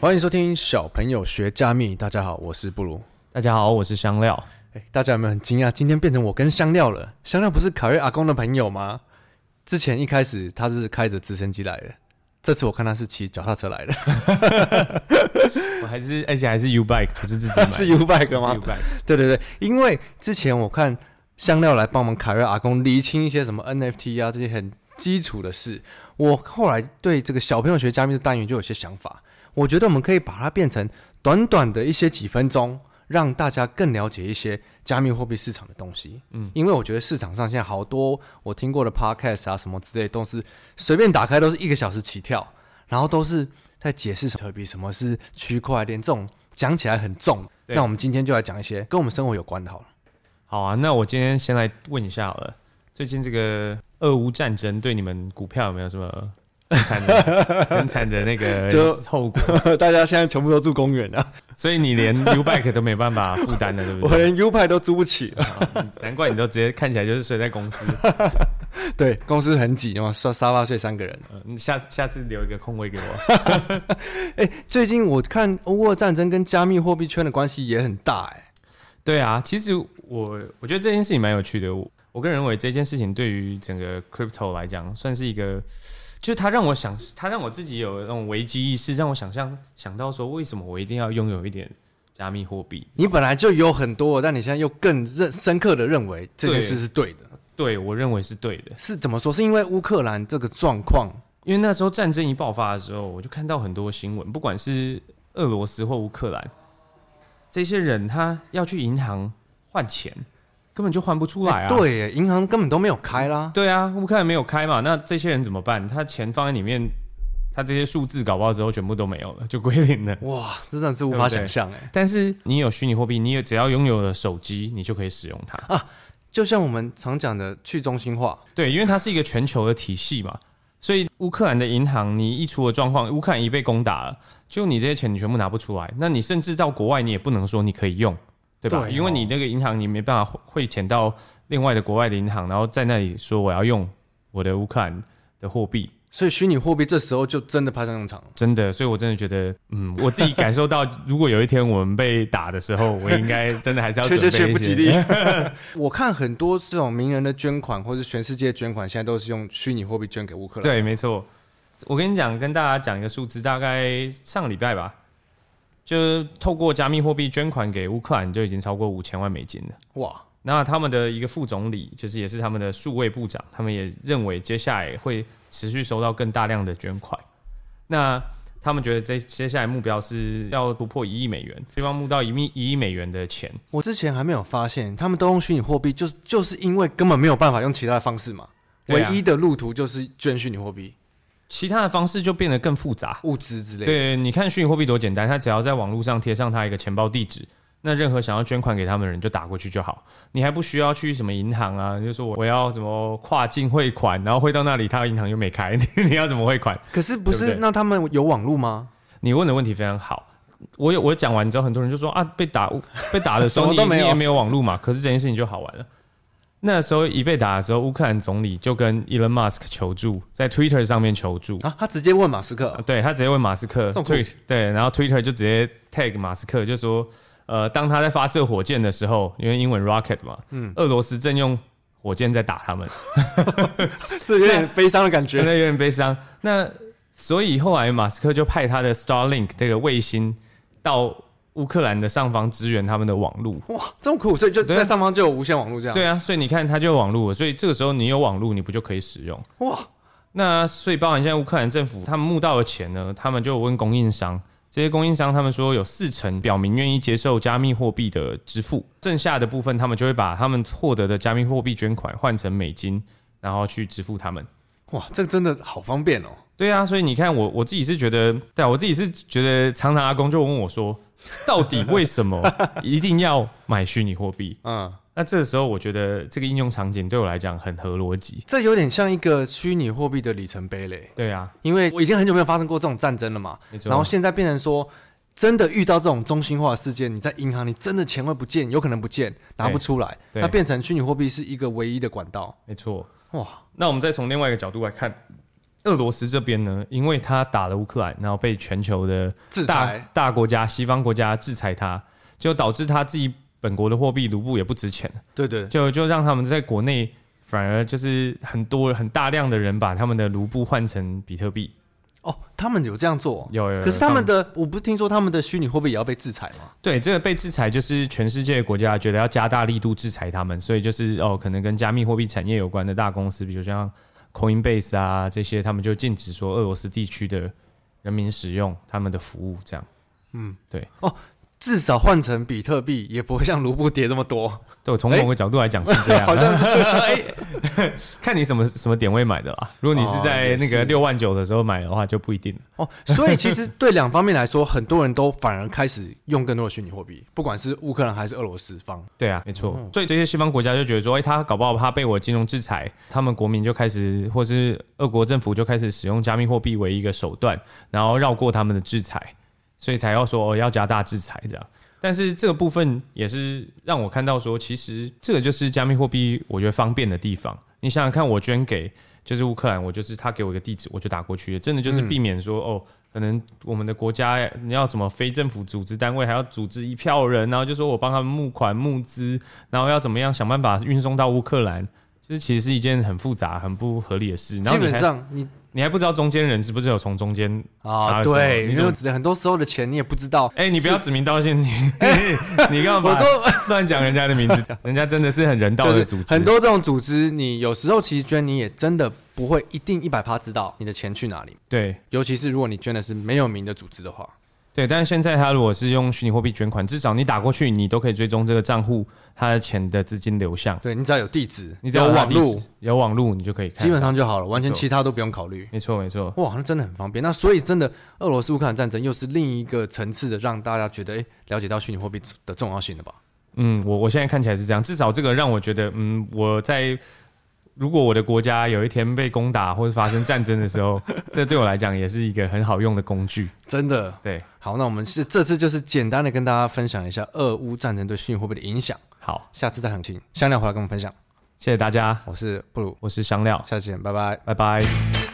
欢迎收听小朋友学加密。大家好，我是布鲁。大家好，我是香料。哎，大家有没有很惊讶？今天变成我跟香料了。香料不是凯瑞阿公的朋友吗？之前一开始他是开着直升机来的，这次我看他是骑脚踏车来的，我还是而且还是 U Bike，不是 自己买的，是 U bike 不是吗 U？Bike。 对对对，因为之前我看香料来帮忙凯瑞阿公厘清一些什么 NFT 啊这些很基础的事，我后来对这个小朋友学加密的单元就有些想法。我觉得我们可以把它变成短短的一些几分钟，让大家更了解一些加密货币市场的东西。嗯，因为我觉得市场上现在好多我听过的 podcast 啊什么之类，都是随便打开都是一个小时起跳，然后都是在解释什么比特币、什么是区块链，这种讲起来很重。对那我们今天就来讲一些跟我们生活有关的好了。好啊，那我今天先来问一下好了，最近这个俄乌战争对你们股票有没有什么很惨 的、很惨的那个就后 果？大家现在全部都住公园啊，所以你 连 U Bike 都没办法负担了，对不对？连 U 派都租不起了。难怪你都直接看起来就是睡在公司。 对，公司很挤嘛，沙沙发睡三个人。呃你下下次留一个空位给我。哎、最近我看欧俄战争跟加密货币圈的关系也很大哎、对啊，其实我我觉得这件事情蛮有趣的。我我个人认为这件事情对于整个 crypto 来讲，算是一个，就是它让我想，它让我自己有那种危机意识，让我想象想到说，为什么我一定要拥有一点加密货币？你本来就有很多，但你现在又更认深刻的认为这件对事是对的。对我认为是对的，是怎么说？是因为乌克兰这个状况，因为那时候战争一爆发的时候，我就看到很多新闻，不管是俄罗斯或乌克兰，这些人他要去银行换钱，根本就换不出来啊。哎对耶，银行根本都没有开啦。对啊，乌克兰没有开嘛，那这些人怎么办？他钱放在里面，他这些数字搞不好之后全部都没有了，就归零了。 哇，真的是无法对不对想象哎！但是你有虚拟货币，你也只要拥有了手机，你就可以使用它。 就像我们常讲的去中心化，对，因为它是一个全球的体系嘛，所以乌克兰的银行你一出了状况，乌克兰一被攻打了，就你这些钱你全部拿不出来，那你甚至到国外你也不能说你可以用，对吧？对哦因为你那个银行你没办法汇钱到另外的国外的银行，然后在那里说我要用我的乌克兰的货币，所以虚拟货币这时候就真的派上用场了。真的，所以我真的觉得，嗯，我自己感受到，如果有一天我们被打的时候，我应该真的还是要准备一些。力。 我看很多这种名人的捐款，或是全世界的捐款，现在都是用虚拟货币捐给乌克兰。对，没错。我跟你讲，跟大家讲一个数字，大概上礼拜吧，就是透过加密货币捐款给乌克兰，就已经超过五千万美金了。哇，那他们的一个副总理，就是也是他们的数位部长，他们也认为接下来会持续收到更大量的捐款。那他们觉得这接下来目标是要突破一亿美元，希望募到一亿一亿美元的钱。我之前还没有发现，他们都用虚拟货币，就是就是因为根本没有办法用其他的方式嘛。对唯啊一的路途就是捐虚拟货币、其他的方式就变得更复杂。物资之类的。对，你看虚拟货币多简单，他只要在网络上贴上他一个钱包地址，那任何想要捐款给他们的人就打过去就好，你还不需要去什么银行啊，你就说我我要什么跨境汇款，然后汇到那里，他的银行又没开， 你你要怎么汇款？可是不是对不对那他们有网路吗？你问的问题非常好。我有我讲完之后，很多人就说啊，被打被打的 时什候么你都没有你也没有网络嘛。可是这件事情就好玩了。那时候一被打的时候，乌克兰总理就跟 Elon Musk 求助，在 Twitter 上面求助。啊，他直接问马斯克 啊，对他直接问马斯克这么酷 tweet，对，然后 Twitter 就直接 tag 马斯克，就说，呃，当他在发射火箭的时候，因为英文 rocket 嘛，嗯俄罗斯正用火箭在打他们，这有点悲伤的感真觉。的有点悲伤。那所以后来马斯克就派他的 Starlink 这个卫星到乌克兰的上方支援他们的网路。哇，这么酷，所以就对啊在上方就有无线网路这样。对啊，所以你看，它就有网路了，所以这个时候你有网路，你不就可以使用？哇，那所以包含现在乌克兰政府他们募到的钱呢，他们就有问供应商，这些供应商他们说有四成表明愿意接受加密货币的支付，剩下的部分他们就会把他们获得的加密货币捐款换成美金，然后去支付他们。哇，这个真的好方便哦。对啊，所以你看我我自己是觉得，对、啊、我自己是觉得，常常阿公就问我说，到底为什么一定要买虚拟货币？嗯，那这个时候我觉得这个应用场景对我来讲很合逻辑。这有点像一个虚拟货币的里程碑嘞。对啊，因为我已经很久没有发生过这种战争了嘛，没错然后现在变成说，真的遇到这种中心化的事件，你在银行你真的钱会不见，有可能不见，拿不出来，对那变成虚拟货币是一个唯一的管道。没错。哇，那我们再从另外一个角度来看，俄罗斯这边呢，因为他打了乌克兰，然后被全球的制大裁大国家、西方国家制裁他，就导致他自己本国的货币卢布也不值钱，对对，就就让他们在国内反而就是很多很大量的人把他们的卢布换成比特币，哦，他们有这样做哦、有有有可是他们的，我不是听说他们的虚拟货币也要被制裁吗？对，这个被制裁就是全世界的国家觉得要加大力度制裁他们，所以就是哦，可能跟加密货币产业有关的大公司，比如像 Coinbase 啊这些，他们就禁止说俄罗斯地区的人民使用他们的服务，这样。至少换成比特币也不会像卢布跌这么多。对，从某个角度来讲是这样，好像 是。看你什么什么点位买的啦。如果你是哦在也那个是六万九的时候买的话，就不一定了。哦，所以其实对两方面来说，很多人都反而开始用更多的虚拟货币，不管是乌克兰还是俄罗斯方。对啊，没错嗯。所以这些西方国家就觉得说，哎、他搞不好他被我金融制裁，他们国民就开始，或是俄国政府就开始使用加密货币为一个手段，然后绕过他们的制裁，所以才要说哦要加大制裁这样。但是这个部分也是让我看到说，其实这个就是加密货币我觉得方便的地方。你想想看，我捐给就是乌克兰，我就是他给我一个地址，我就打过去了，真的就是嗯避免说、哦。可能我们的国家你要什么非政府组织单位，还要组织一票人，然后就说我帮他们募款募资，然后要怎么样想办法运送到乌克兰，就是其实是一件很复杂、很不合理的事。然基后你本还上你你还不知道中间人是不是有从中间，啊，拿了什对，么你你怎就么只很多时候的钱你也不知道。哎、你不要指名 道姓，你你干嘛我把说乱讲人家的名字？ 人家真的是很人道就的是组织， 很多这种组织，你有时候其实捐，你也真的不会一定一百趴知道你的钱去哪里，对尤其是如果你捐的是没有名的组织的话。对。但是现在他如果是用虚拟货币捐款，至少你打过去，你都可以追踪这个账户他的钱的资金流向，对你只要有地址，你只要有有他网地路址，，有网路你就可以看。基本上就好了，完全没错其他都不用考虑。没错没错，哇，那真的很方便。那所以真的，俄罗斯乌克兰战争又是另一个层次的，让大家觉得哎、诶了解到虚拟货币的重要性了吧？嗯，我我现在看起来是这样，至少这个让我觉得，嗯，我在如果我的国家有一天被攻打或者发生战争的时候，这对我来讲也是一个很好用的工具。真的。对，好，那我们是这次就是简单的跟大家分享一下俄乌战争对虚拟货币的影响，好，下次再很请香料回来跟我们分享。谢谢大家，我是布鲁，我是香料，下次见，拜拜。拜拜。